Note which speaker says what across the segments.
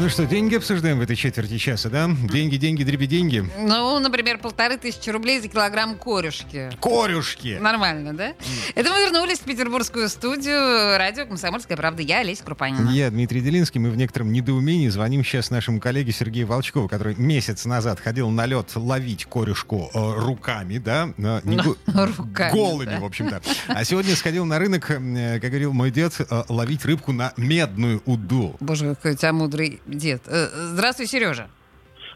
Speaker 1: Ну что, деньги обсуждаем в этой четверти часа, да? Деньги, деньги, дреби деньги.
Speaker 2: Ну, например, полторы тысячи рублей за килограмм корешки.
Speaker 1: Корюшки!
Speaker 2: Нормально, да? Это мы вернулись в петербургскую студию радио «Комсомольская правда». Я Олеся Крупанина.
Speaker 1: Я Дмитрий Делинский, мы в некотором недоумении звоним сейчас нашему коллеге Сергею Волчкову, который месяц назад ходил на лед ловить корюшку э, руками, да? Э, не го-
Speaker 2: Ну, Руками,
Speaker 1: Голыми,
Speaker 2: да.
Speaker 1: в общем-то. А сегодня сходил на рынок, э, как говорил мой дед, э, ловить рыбку на медную уду.
Speaker 2: Боже, какой у тебя мудрый дед. Э, Здравствуй, Сережа.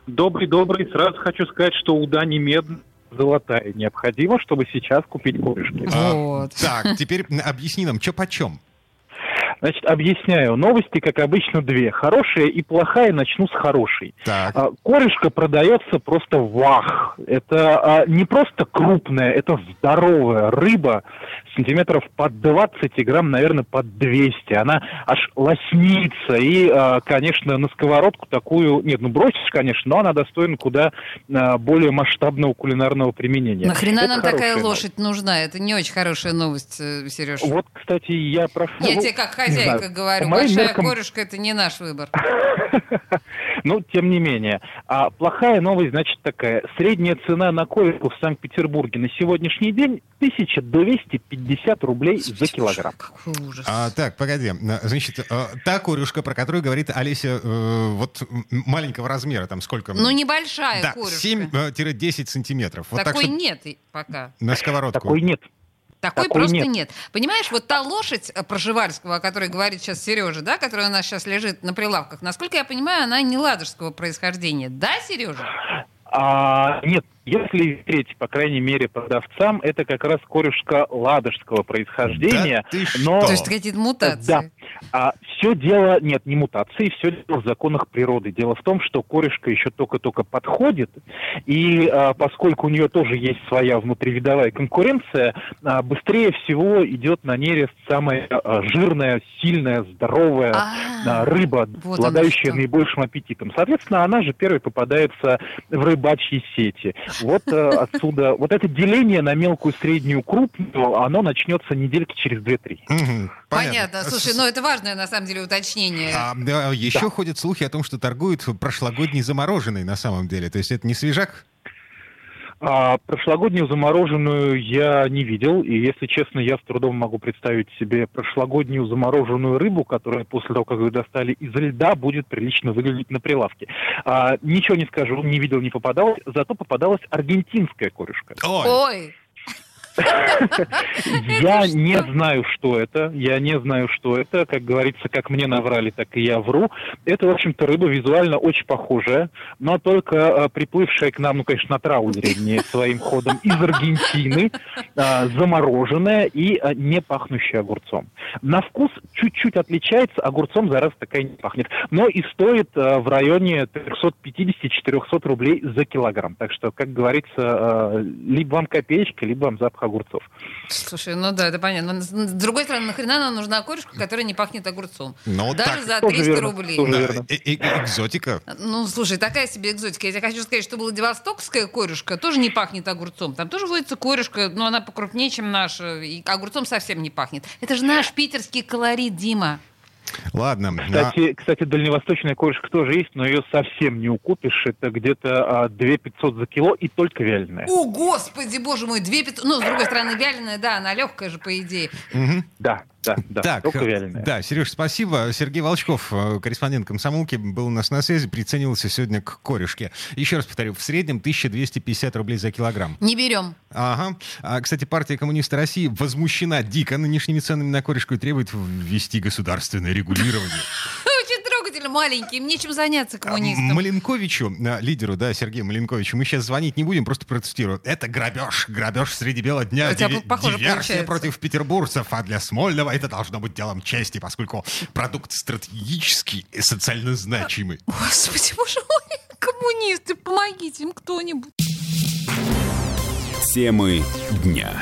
Speaker 3: Добрый-добрый. Сразу хочу сказать, что уда не мед золотая. Необходимо, чтобы сейчас купить корешки.
Speaker 1: А,
Speaker 2: Вот.
Speaker 1: Так, теперь м, объясни нам, что почем?
Speaker 3: Значит, объясняю. Новости, как обычно, две. Хорошая и плохая. Начну с хорошей.
Speaker 1: Так,
Speaker 3: А, Корешка продается просто вах. Это а, не просто крупная, это здоровая рыба, сантиметров под 20 и грамм, наверное, под 200. Она аж лоснится. И, а, конечно, на сковородку такую... Нет, ну бросишь, конечно, но она достойна куда а, более масштабного кулинарного применения.
Speaker 2: Нахрена
Speaker 3: Это
Speaker 2: нам
Speaker 3: хорошая
Speaker 2: такая
Speaker 3: новость.
Speaker 2: лошадь нужна? Это не очень хорошая новость, э, Сереж.
Speaker 3: Вот, кстати, я про...
Speaker 2: Я
Speaker 3: ну,
Speaker 2: тебе как
Speaker 3: не
Speaker 2: хозяйка
Speaker 3: знаю.
Speaker 2: говорю,
Speaker 3: По моим
Speaker 2: большая
Speaker 3: меркам-
Speaker 2: корешка это не наш выбор.
Speaker 3: Ну, тем не менее. А плохая новость, значит, такая. Средняя цена на корику в Санкт-Петербурге на сегодняшний день 1250 рублей за килограмм.
Speaker 2: Какой ужас.
Speaker 1: А, так, погоди. Э, Значит, э, та корюшка, про которую говорит Олеся, э, вот м, маленького размера, там сколько?
Speaker 2: Ну, небольшая
Speaker 1: Да,
Speaker 2: корешка.
Speaker 1: 7-10 сантиметров. Вот так,
Speaker 2: Такой
Speaker 1: чтоб
Speaker 2: нет и- пока.
Speaker 1: на сковородку.
Speaker 3: Такой нет.
Speaker 2: Такой,
Speaker 3: Такой
Speaker 2: просто нет.
Speaker 3: нет.
Speaker 2: Понимаешь, вот та лошадь э, проживальского, о которой говорит сейчас Сережа, да, которая у нас сейчас лежит на прилавках, насколько я понимаю, она не ладожского происхождения. Да, Сережа?
Speaker 3: А, нет, если верить, по крайней мере, продавцам, это как раз корюшка ладожского происхождения.
Speaker 1: Да ты
Speaker 3: но-
Speaker 1: что?
Speaker 2: То есть какие-то мутации.
Speaker 3: Да. А все дело, нет, не мутации, все дело в законах природы. Дело в том, что корешка еще только-только подходит, и а, поскольку у нее тоже есть своя внутривидовая конкуренция, а, быстрее всего идет на нерест самая а, жирная, сильная, здоровая
Speaker 2: А,
Speaker 3: а, рыба,
Speaker 2: вот оно
Speaker 3: обладающая
Speaker 2: что.
Speaker 3: наибольшим аппетитом. Соответственно, она же первой попадается в рыбачьи сети. Вот э, отсюда, вот это деление на мелкую, среднюю, крупную, оно начнется недельки через 2-3.
Speaker 1: Мгм,
Speaker 2: Понятно. Слушай,
Speaker 1: С-
Speaker 2: ну это важное на самом деле уточнение.
Speaker 1: а, да, еще ходят слухи о том, что торгуют прошлогодний замороженный на самом деле. То есть это не свежак?
Speaker 3: А прошлогоднюю замороженную я не видел, и, если честно, я с трудом могу представить себе прошлогоднюю замороженную рыбу, которая после того, как ее достали из льда, будет прилично выглядеть на прилавке. А, ничего не скажу, не видел, не попадалось, зато попадалась аргентинская корюшка.
Speaker 1: Ой,
Speaker 2: Ой,
Speaker 3: Я
Speaker 2: что?
Speaker 3: не знаю, что это, я не знаю, что это, как говорится, как мне наврали, так и я вру. Это, в общем-то, рыба визуально очень похожая, но только э, приплывшая к нам, ну, конечно, на траулере, не своим ходом, из Аргентины, э, замороженная и э, не пахнущая огурцом. На вкус чуть-чуть отличается, огурцом зараз такая не пахнет, но и стоит э, в районе 350-400 рублей за килограмм. Так что, как говорится, э, либо вам копеечка, либо вам запах огурцов.
Speaker 2: слушай, ну да, это понятно. Но, С с другой стороны, нахрена нам нужна корешка, которая не пахнет огурцом?
Speaker 1: ну вот так.
Speaker 2: Даже за
Speaker 3: Тоже
Speaker 2: 300
Speaker 3: верно,
Speaker 2: рублей.
Speaker 3: тоже
Speaker 1: Да,
Speaker 3: верно.
Speaker 1: э- э- экзотика.
Speaker 2: Ну, слушай, такая себе экзотика. Я тебе хочу сказать, что Владивостокская корюшка тоже не пахнет огурцом. Там тоже водится корюшка, но она покрупнее, чем наша. И огурцом совсем не пахнет. Это же наш питерский колорит, Дима.
Speaker 1: Ладно. а-
Speaker 3: Кстати, кстати, дальневосточная корешка тоже есть, но ее совсем не укупишь. Это где-то а, 2 500 за кило и только вяленая.
Speaker 2: О, господи, боже мой, две пятьсот... Ну, с другой стороны, вяленая, да, она легкая же, по идее.
Speaker 1: мгм.
Speaker 3: Да, да, да,
Speaker 1: так,
Speaker 3: только
Speaker 1: э,
Speaker 3: вяленая.
Speaker 1: да, Сереж, спасибо. Сергей Волчков, э, корреспондент комсомолки, был у нас на связи, приценился сегодня к корешке. Еще раз повторю, в среднем 1250 рублей за килограмм.
Speaker 2: Не берем.
Speaker 1: Ага. А, кстати, партия коммуниста России возмущена дико нынешними ценами на корешку и требует ввести государственное регулирование.
Speaker 2: Очень трогательно, маленький, им нечем заняться коммунистам.
Speaker 1: Маленковичу, а, лидеру, да, Сергею Маленковичу, мы сейчас звонить не будем, просто протестирую. Это грабеж, грабеж среди бела дня,
Speaker 2: У тебя
Speaker 1: диви-
Speaker 2: похоже
Speaker 1: диверсия
Speaker 2: получается.
Speaker 1: против петербургцев, а для Смольного это должно быть делом чести, поскольку продукт стратегический и социально значимый.
Speaker 2: Господи, боже мой, коммунисты, помогите им кто-нибудь.
Speaker 4: Темы дня.